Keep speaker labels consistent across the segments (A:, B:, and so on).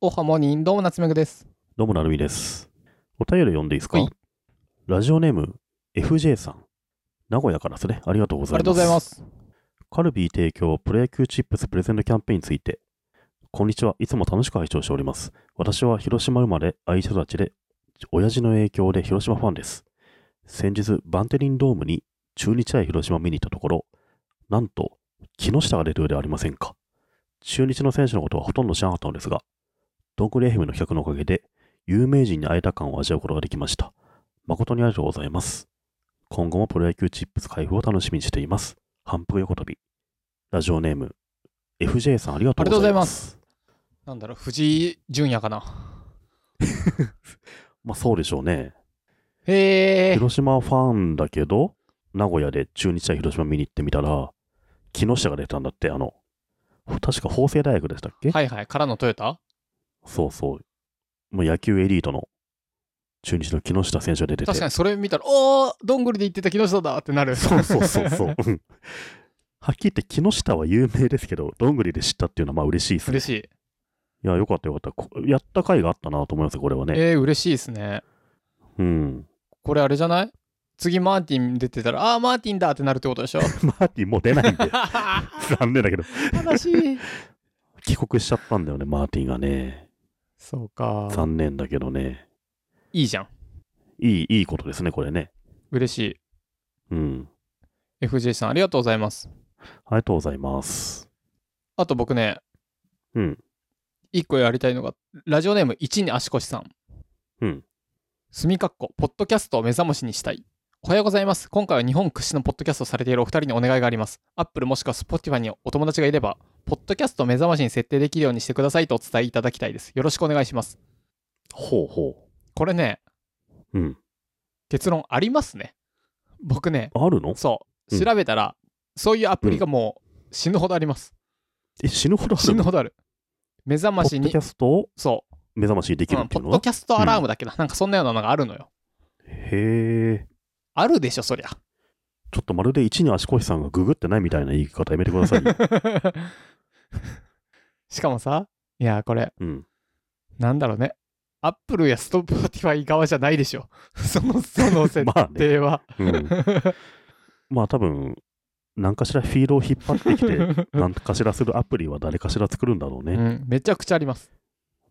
A: おはモーニン、どうも、夏目ぐです。
B: どうもなるみです。お便り読んでいいですか、
A: はい
B: ラジオネーム FJ さん。名古屋からですね。ありがとうご
A: あり
B: ざい
A: が
B: ます。
A: とうございます。
B: カルビー提供プロ野球チップスプレゼントキャンペーンについて、こんにちは。いつも楽しく拝聴しております。私は広島生まれ、愛人たちで、親父の影響で広島ファンです。先日、バンテリンドームに中日対広島見に行ったところ、なんと、木下が出るようではありませんか。中日の選手のことはほとんど知らなかったのですが、ドンクリ FM の企画のおかげで、有名人に会えた感を味わうことができました。誠にありがとうございます。今後もプロ野球チップス開封を楽しみにしています。反復横跳び。ラジオネーム、FJ さんありがとうございます。
A: なんだろう、藤井純也かな。
B: まあそうでしょうね。
A: へえ、
B: 広島ファンだけど、名古屋で中日対広島見に行ってみたら、木下が出たんだって、あの、確か法政大学でしたっけ、
A: はいはい、からのトヨタ
B: そうそう。もう野球エリートの中日の木下選手が出てて。
A: 確かにそれ見たら、おー、どんぐりで言ってた木下だってなる。
B: そうそうそうそう。うんはっきり言って木下は有名ですけど、どんぐりで知ったっていうのはまあ嬉しいですね。
A: 嬉しい。
B: いや、よかったよかったこ。やった回があったなと思いますよこれはね。
A: えー、嬉しいですね。
B: うん。
A: これあれじゃない次マーティン出てたら、あー、マーティンだってなるってことでしょ。
B: マーティンもう出ないん で
A: 悲
B: 残念だけど。
A: しい。
B: 帰国しちゃったんだよね、マーティンがね。
A: そうか。
B: 残念だけどね。
A: いいじゃん。
B: いい、いいことですね、これね。
A: 嬉し
B: うん。
A: い。FJ さん、ありがとうございます。
B: ありがとうございます。
A: あと僕ね、
B: うん。
A: 一個やりたいのが、ラジオネーム1に足腰さん。
B: うん。
A: 墨かっこ、ポッドキャストを目覚ましにしたい。おはようございます。今回は日本屈指のポッドキャストをされているお二人にお願いがあります。Apple もしくは Spotify にお友達がいれば、ポッドキャストを目覚ましに設定できるようにしてくださいとお伝えいただきたいです。よろしくお願いします。
B: ほうほ
A: これね、
B: う。うん。
A: 結論ありますね。僕ね、
B: あるの
A: そう、
B: うん
A: 調べたら、そういうアプリがもう死ぬほどあります。
B: え、死ぬほどあ
A: 死
B: る
A: ぬ
B: の
A: ほどある。目覚
B: ポ
A: まし
B: ッド
A: に
B: キ、ャストを
A: そ
B: 目覚ましにでき
A: う、
B: る
A: う
B: っ
A: ん
B: て
A: ポ
B: いう
A: ッ
B: の
A: ド
B: は
A: キャストアラームだっけな、なんかそんなようなのがあるのよ。
B: へえ。
A: あるでしょ、そりゃ。
B: ちょっとまるで一に足腰さんがググってないみたいな言い方やめてく ださいよ。
A: しかもさ、いや、これ、
B: うん。
A: なんだろうね。アップルやストップティファイ側じゃないでしょ。 その、その設
B: まあね。
A: 定は。
B: うん。まあ多分、何かしらフィードを引っ張ってきて、何かしらするアプリは誰かしら作るんだろうね。
A: うん、めちゃくちゃあります。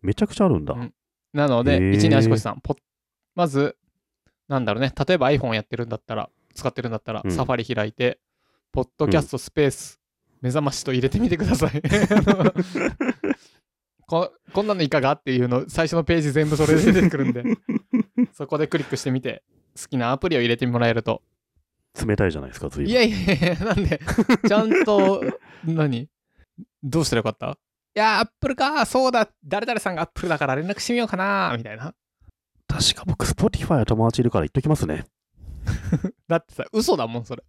B: めちゃくちゃあるんだ。
A: うんなので、
B: へー
A: 一に足腰さん、ポッまず、なんだろうね。例えば iPhone やってるんだったら、使ってるんだったら、
B: うん
A: サファリ開いて、ポッドキャストスペース、目覚ましと入れてみてくださ い。ここんなのいかがっていうの、最初のページ全部それで出てくるんで、 そこでクリックしてみて、好きなアプリを入れてもらえると
B: 冷たいじゃないですか、随
A: い
B: 分。
A: やいやいや、なんで、ちゃん と、何どうしたらよかったいやー、アップルか、そうだ、誰々さんがアップルだから連絡してみようかな、みたいな。
B: 確か僕、Spotify は友達いるから言っときますね。
A: だってさ、嘘だもん、それ。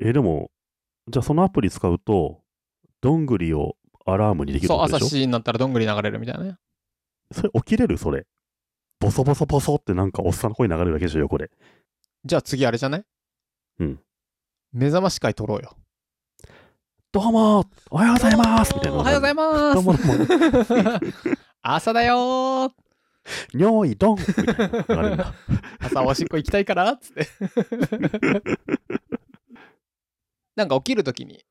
B: え、でも、じゃあそのアプリ使うと、どんぐりをアラームにできる
A: そう、
B: って
A: 朝
B: こと
A: 7
B: でしょ
A: 時になったらどんぐり流れるみたいなね。
B: それ起きれるそれ。ボソボソボソってなんかおっさんの声流れるだけでしょ、横で。
A: じゃあ次、あれじゃない
B: うん。
A: 目覚まし会取ろうよ。
B: どうもーおはようございますみたいな。
A: おはようございま
B: ま
A: す
B: どうもどうも。
A: 朝だよー
B: 尿意どんみたいな。流れる んだ。
A: 朝おしっこ行きたいからつって。なんか起きるときに、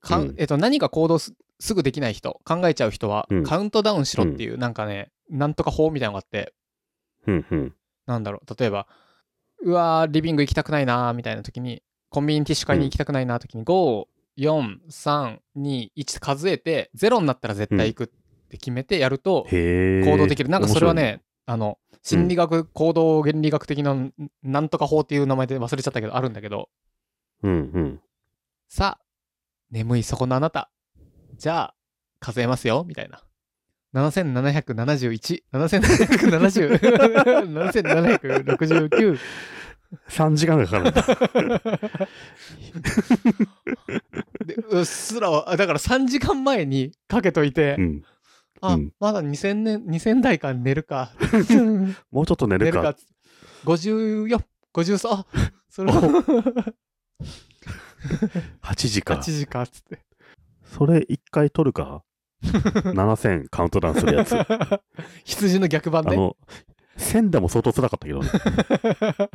A: かん
B: うん
A: えっと、何か行動すすぐできない人、考えちゃう人は、
B: うん
A: カウントダウンしろっていう、なんかね、なんとか法みたいなのがあって、
B: うんうん。
A: なんだろう、例えば、うわー、リビング行きたくないなーみたいなときに、コンビニティッシュ買いに行きたくないなーときに、5、4、3、2、1数えて、0になったら絶対行くって決めてやると、
B: へえ。
A: 行動できる。なんかそれは
B: 面
A: ね、あの、心理学、行動原理学的な、なんとか法っていう名前で忘れちゃったけど、あるんだけど、
B: 白いね。うんうん。
A: さあ、眠いそこのあなた。じゃあ、数えますよ、みたいな。7771、7770、7769。
B: 3時間がかかるんだ。
A: でうっすらは、あだから3時間前にかけといて、
B: うん。
A: あ、
B: うん
A: まだ2000年、2000台間寝る か。
B: もうちょっと寝
A: 出
B: る
A: る
B: か
A: か。54、53、あそれは
B: 8時か
A: 8。時かっつって。
B: それ1回取るか。 7000カウントダウンするやつ。あ
A: 羊の逆版ね。
B: の、1000でも相当辛かったけどね。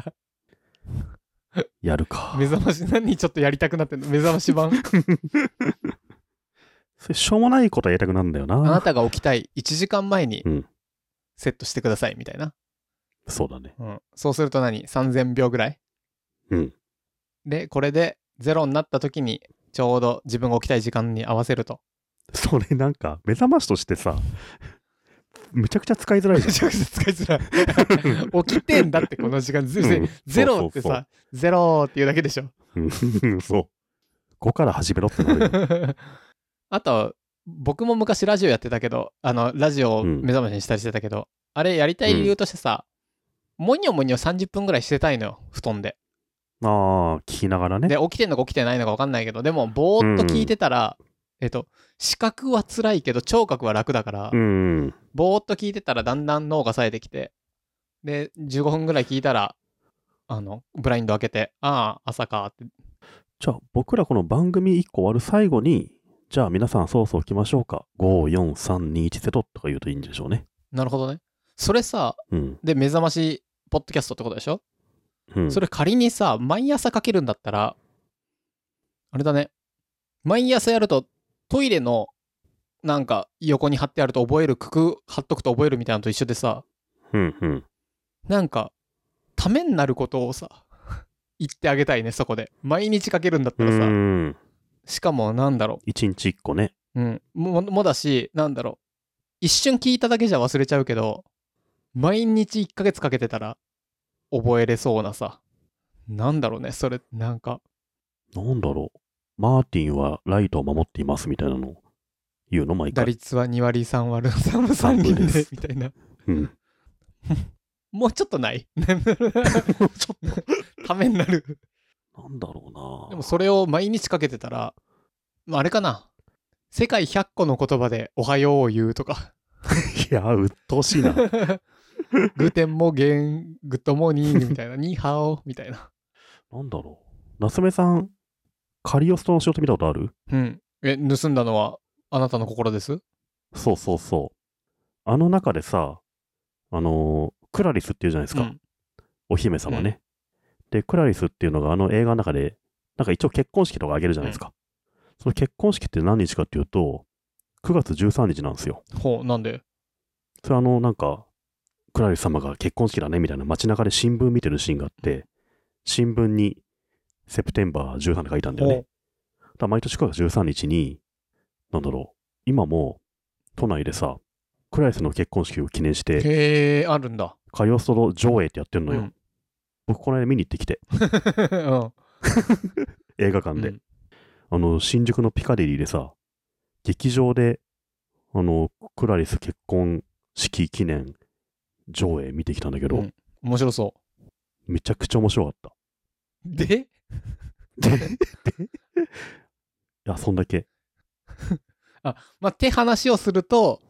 B: やるか。
A: 目覚まし、何ちょっとやりたくなってんの目覚まし版。
B: それしょうもないことはやりたくなるんだよ
A: あな
B: な。
A: たが起きたい1時間前に
B: うん
A: セットしてくださいみたいな。
B: そうだね。
A: うん、そうすると何 ?3000 秒ぐらい
B: うん。
A: で、これでゼロになった時にちょうど自分が起きたい時間に合わせると。
B: それなんか、目覚ましとしてさ、めちゃくちゃ使いづ らいじ
A: 直接使いづらい。起きてんだってこの時間。ず
B: ゃん。
A: ゼロって
B: そうそう
A: さ、ゼロっていうだけでしょ。
B: うんそう。5から始めろってなるよ
A: あと、僕も昔ラジオやってたけど、あの、ラジオを目覚ましにしたりしてたけど、あれやりたい理由としてさ、もにょもにょ30分ぐらいしてたいのよ、布団で。
B: ああ、聞きながらね。
A: で、起きてんのか起きてないのか分かんないけど、でも、ぼーっと聞いてたら、えっと、視覚は辛いけど、聴覚は楽だから、
B: うん。
A: ぼーっと聞いてたらだんだん脳が冴えてきて、で、15分ぐらい聞いたら、あの、ブラインド開けて、ああ、朝かって。
B: じゃあ、僕らこの番組1個終わる最後に、じゃあ皆さんそうそう来ましょうか。5、4、3、2、1、0とか言うといいんでしょうね。
A: なるほどね。それさ、
B: うん。
A: で、目覚まし、ポッドキャストってことでしょ、
B: うん、
A: それ仮にさ、毎朝かけるんだったら、あれだね。毎朝やると、トイレの、なんか、横に貼ってあると覚える、くく、貼っとくと覚えるみたいなのと一緒でさ、
B: うんうん。
A: なんか、ためになることをさ、 言ってあげたいね、そこで。毎日かけるんだった
B: う
A: らさ、
B: ん。
A: しかも、なんだろう。
B: 1日1個ね。
A: うん、ももだし、なんだろう、一瞬聞いただけじゃ忘れちゃうけど、毎日1ヶ月かけてたら、覚えれそうなさ、なんだろうね、それ、なんか、
B: なんだろう。マーティンはライトを守っていますみたいなのを言うの毎
A: 打
B: 回。
A: 率は2割、3割、3割、3
B: 三
A: 人
B: 分で、
A: ですみたいな。
B: うん。
A: もうちょっとない
B: ちょっと
A: ためになる。
B: なんだろう
A: で
B: な
A: もそれを毎日かけてたら、まああれかな、世界100個の言葉でおはようを言うとか、
B: いや、うっとうしいな。
A: グーテンモーゲン、グッドモーニングみたいな、ニーハオみたいな。
B: なんだろう。夏目さん、カリオストの仕事見たことある
A: うん。え、盗んだのはあなたの心です
B: そうそうそう。あの中でさ、あのークラリスっていうじゃないですか、
A: うん
B: お姫様ね、で、クラリスっていうのがあの映画の中で、なんか一応結婚式とかあげるじゃないですか。その結婚式って何日かっていうと、9月13日なんですよ。
A: ほう、なんで
B: それあの、なんか、クラリス様が結婚式だねみたいな街中で新聞見てるシーンがあって、新聞に、セプテンバー13って書いたんだよね。だから毎年9月13日に、なんだろう、今も都内でさ、クラリスの結婚式を記念して、
A: へえ、あるんだ。
B: カリオストロ上映ってやってるのよ。
A: うん
B: 僕、この間見に行ってきて、
A: うん
B: 映画館で、
A: うん
B: あの、新宿のピカデリーでさ、劇場で、あの、クラリス結婚式記念上映見てきたんだけど、
A: うん面白そ
B: めちゃくちゃ面白かった。
A: う。で
B: いや、そんだけ。
A: まあ、って話をすると、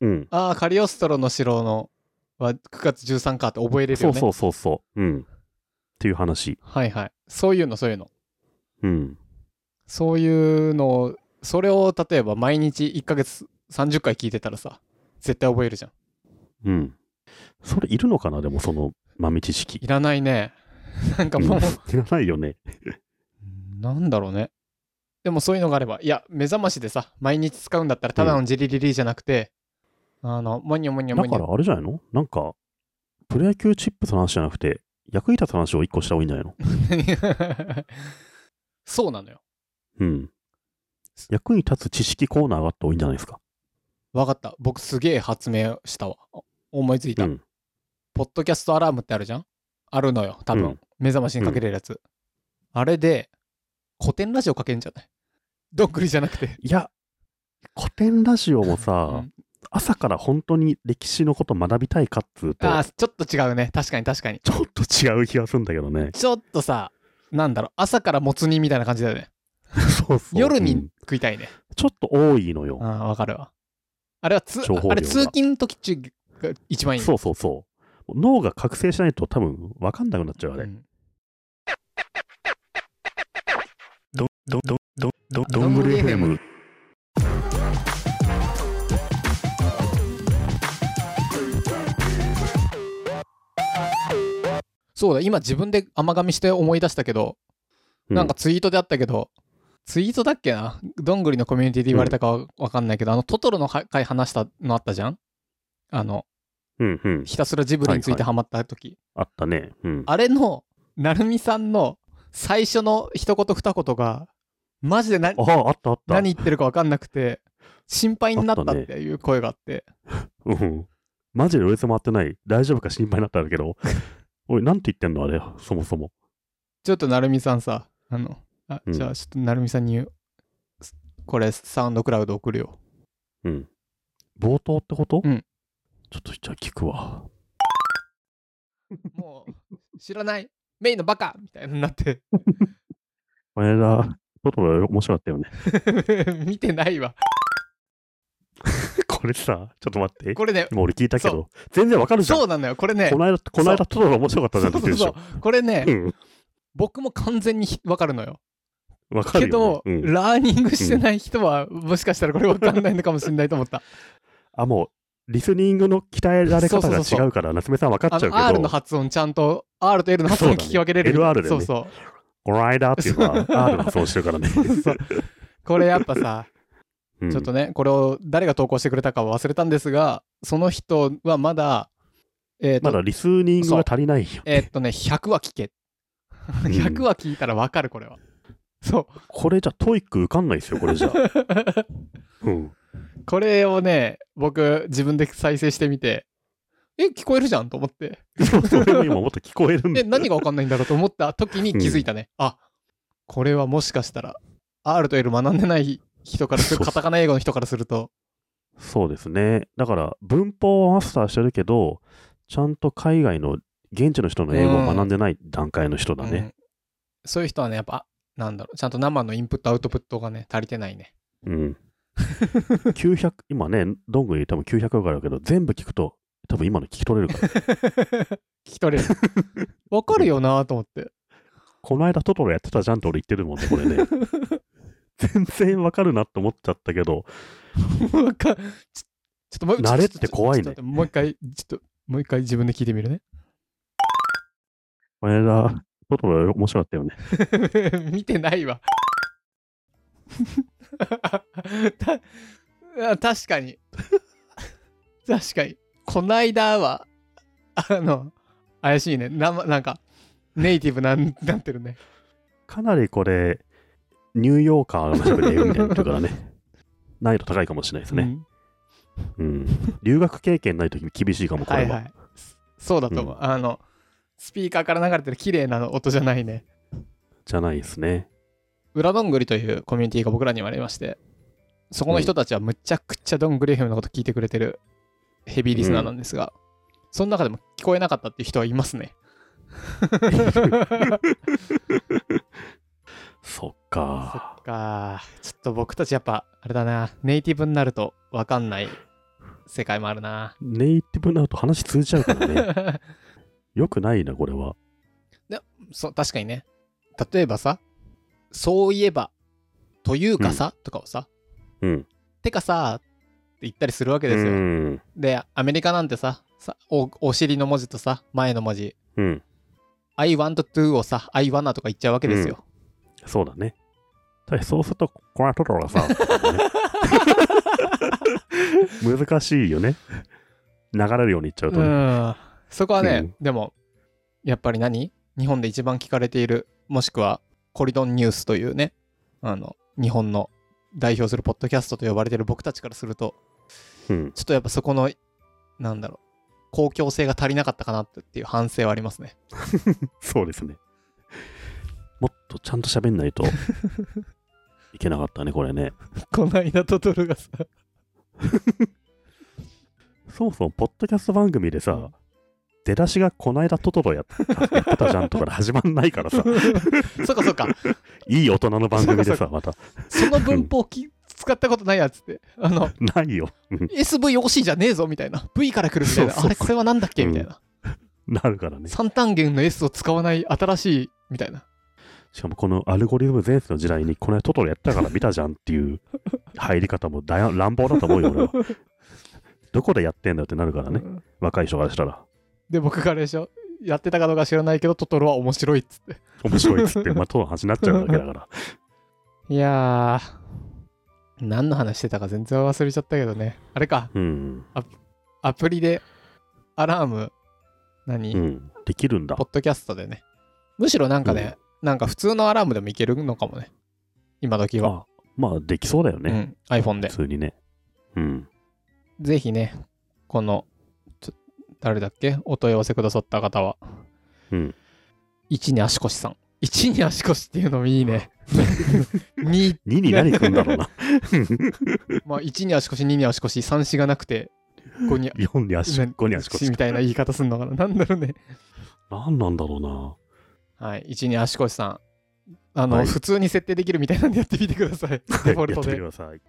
B: うん。
A: ああ、カリオストロの城のは9月13かって覚えれる
B: そ
A: よ
B: う
A: ね。
B: そううそうそう。うん。っていう話。
A: はいはい。そういうの、そういうの。
B: うん。
A: そういうのを、それを例えば毎日1ヶ月30回聞いてたらさ、絶対覚えるじゃん。
B: うん。それいるのかなでもその豆知識
A: い。らないね。 なんかもう、
B: いらないよね。
A: なんだろうね。でもそういうのがあれば、いや、目覚ましでさ、毎日使うんだったら、ただのジリリリじゃなくて、あの、もにょもにょ
B: だ
A: も
B: か
A: に
B: ら
A: ょ。
B: あれじゃないのなんか、プロ野球チップスの話じゃなくて、役に立つ話を一個した方がいいんじゃないの
A: そうなのよ。
B: うん。役に立つ知識コーナーがあった方がいいんじゃないですか。
A: わかった。僕すげえ発明したわ。思いついた、
B: うん。
A: ポッドキャストアラームってあるじゃんあるのよ、多分、
B: うん
A: 目覚ましにかけれるやつ。あれで、古典ラジオかけんじゃないどっくりじゃなくて。
B: いや、古典ラジオも
A: う
B: さ、
A: ん
B: 朝から本当に歴史のこと学びたいかっつうと、
A: ああ、ちょっと違うね。確かに確かに。。
B: ちょっと違う気がするんだけどね
A: ちょっとさ、なんだろう、朝からもつ煮みたいな感じだよね。
B: そうそう。
A: 夜
B: う
A: に
B: ん
A: 食いたいね。
B: ちょっと多いのよ。
A: ああ、わかるわ。あれはつ、
B: 情報量が
A: あれ通勤の時中が一番いい。
B: そうそうそう。脳が覚醒しないと多分分かんなくなっちゃうあれ。
A: うん
B: ど、ど、ど、ど、ど、
A: どんぶり FM そうだ、今自分で甘噛みして思い出したけど、
B: う
A: なんか、ツイートであったけど、ツイートだっけなどんぐりのコミュニティで言われたかはわかんないけど、あの、トトロのは回話したのあったじゃんあの、
B: うんうん。
A: ひたすらジブリについてハマった時、
B: あったね。うん。
A: あれの、なるみさんの最初の一言二言が、マジでな
B: ああ、あったあった。
A: 何言ってるかわかんなくて、心配になったっていう声があって、
B: うん。マジでロイツ回ってない。大丈夫か心配になったんだ けど。おい、なんて言ってんのあれ、そもそも。
A: ちょっとなるみさんさ、あの、あ
B: うん
A: じゃあちょっとなるみさんに言う、すこれサウンドクラウド送るよ。
B: うん。冒頭ってこと
A: うん。
B: ちょっと、じゃあ聞くわ。
A: もう、知らない、メインのバカみたいになって、
B: この間、トトロ面白かったよ ね。
A: 見てないわ。
B: これさ、ちょっと待って。
A: これね、
B: もう俺聞いたけど、全然わかるじゃん。
A: そうなのよ、これね
B: こ、の間、この間トトロ面白かったじ
A: そ
B: ゃんっ
A: う
B: て
A: そ
B: 言ってる
A: う
B: でし
A: そ
B: ょ
A: う。、これね、
B: うん。
A: 僕も完全にひわかるのよ。
B: わか
A: け
B: るよ
A: ど、、
B: ねうん。
A: ラーニングしてない人は、もしかしたらこれわかんないのかもしれないと思った。
B: あ、もう、リスニングの鍛えられ
A: そうそ
B: 方
A: う
B: が
A: そうそう
B: 違うから、夏目さん分かっちゃ
A: あ
B: うけど、
A: の R の発音ちゃんと R と L の発音聞
B: そうだね
A: き分けれるみたい
B: LR だよ
A: そう
B: ね
A: そう
B: この間っていうのは R の発音してるからね。
A: そうそうこれやっぱさ
B: うん
A: ちょっとねこれを誰が投稿してくれたかは忘れたんですがその人はまだえっ、と、
B: まだリスニングが足りないよ。
A: えっとね100は聞け100は聞いたら分かるこれは、そう
B: これじゃトイック受かんないですよ、これじゃ。うん。
A: これをね僕自分で再生してみてえ聞こえるじゃんと思って
B: そう、それも今もっと聞こえるんだ
A: え。何が分かんないんだろうと思った時に気づいたね、あこれはもしかしたら R と L 学んでない人からする
B: そうそ
A: カタ
B: う
A: カナ英語の人からすると
B: そうですね。だから、文法をマスターしてるけど、ちゃんと海外の、現地の人の英語を学んでない段階の人だ
A: う
B: ね。
A: んそういう人はね、やっぱ、なんだろう、ちゃんと生のインプット、アウトプットがね、足りてないね。
B: うん。900、今ね、どんぐり多分900ぐらいあるけど、全部聞くと、多分今の聞き取れるから。
A: 聞き取れる。わかるよなと思って。
B: この間トトロやってたじゃんって俺言ってるもんね、これね。全然わかるなって思っちゃったけど、
A: わかちょちょっともう
B: 慣れって怖いね
A: ちょっと待ってもう一回、ちょっと、もう一回自分で聞いてみるね。
B: この間、トトロ面白かったよね。
A: 見てないわ。 たあ確かに。 確かに。こないだは、あの、怪しいね。ななんか、ネイティブなん なってるね。
B: かなりこれ、ニューヨーカーの喋る英語みたいになってるからね。難易度高いかもしれないです
A: う
B: ね。
A: ん
B: うん。留学経験ないとき厳しいかも、これ
A: は
B: は。
A: いはい、そうだと思う、
B: う
A: あのスピーカーから流れてる綺麗な音じゃないね
B: じゃないですね。
A: 裏どんぐりというコミュニティが僕らにはありましてそこの人たちはむちゃくちゃどんぐり FM のこと聞いてくれてるヘビーリスナーなんですが、その中でも聞こえなかったっていう人はいますね
B: そっ
A: そ
B: か。
A: っかちょっと僕たちやっぱあれだなネイティブになると分かんない世界もあるな
B: ネイティブになると話通じちゃうからね。よくないな、これは。
A: そう確かにね例えばさそういえばというかさ、とかをさ
B: うん。
A: てかさって言ったりするわけ
B: う
A: ですよ、
B: ん。
A: でアメリカなんてささおお尻の文字とさ前の文字
B: うん。
A: I want to をさ I wanna とか言っちゃうわけですよ、
B: そうだね。ただそうすると、このトトロがさ、難しいよね。流れるように言っちゃうと
A: う
B: ね。
A: んそこはね、
B: うん
A: でもやっぱり何日本で一番聞かれているもしくはコリドンニュースというねあの日本の代表するポッドキャストと呼ばれている僕たちからすると
B: うん。
A: ちょっとやっぱそこのなんだろう公共性が足りなかったかなっていう反省はありますね
B: そうですね。もっとちゃんと喋 んないといけなかったね、これね。
A: こないだトトルがさ
B: そもそも、ポッドキャスト番組でさ、出だしがこないだトトロや ったやってたじゃんとかで始まんないからさ、
A: そっかそっか
B: いい大人の番組 で
A: そ
B: さ、また、
A: その文法き使ったことないやつって、あの、
B: ないよ。うん
A: SVOC じゃねえぞみたいな、V から来るみたいな、
B: そうそうそう
A: あれこれはなんだっけみたいな、
B: なるからね。
A: 三単元の S を使わない新しいみたいな、
B: しかも、このアルゴリズム前世の時代に、この間トトロやったから見たじゃんっていう入り方もだや乱暴だと思うよ、俺 は。どこでやってんだよってなるからね、
A: うん
B: 若い人からしたら。
A: で、僕からでしょ、やってたかどうか知らないけど、トトロは面白いっつって。
B: 面白いっつって、まあ、トロの話になっちゃうだけだ から。
A: いやー、何の話してたか全然忘れちゃったけどね。あれか、
B: うん。
A: アプリでアラーム、何、
B: うん。できるんだ
A: ポ。ッドキャストでね。むしろなんかね、なんか普通のアラームでもいけるのかもね。今時は。
B: あまあ、できそうだよね。
A: うん、iPhone で
B: 普。通にね。うん。
A: ぜひね、この、ちょ誰だっけお問い合わせくださった方は。
B: うん。
A: 1に足腰さん。1に足腰っていうのもいい ね。2、
B: 2に何来るんだろう な。
A: まあ1に足腰、2に足腰、3子がなくて、5に
B: 4に足、
A: なん
B: 5に足腰
A: み。たいな言い方すんのかな。なんだろうね。
B: 何なんだろうな。
A: はい、1に足腰さん。あの、
B: はい
A: 普通に設定できるみたいなんでやってみてください。デフォルト
B: やって
A: で
B: み。てください。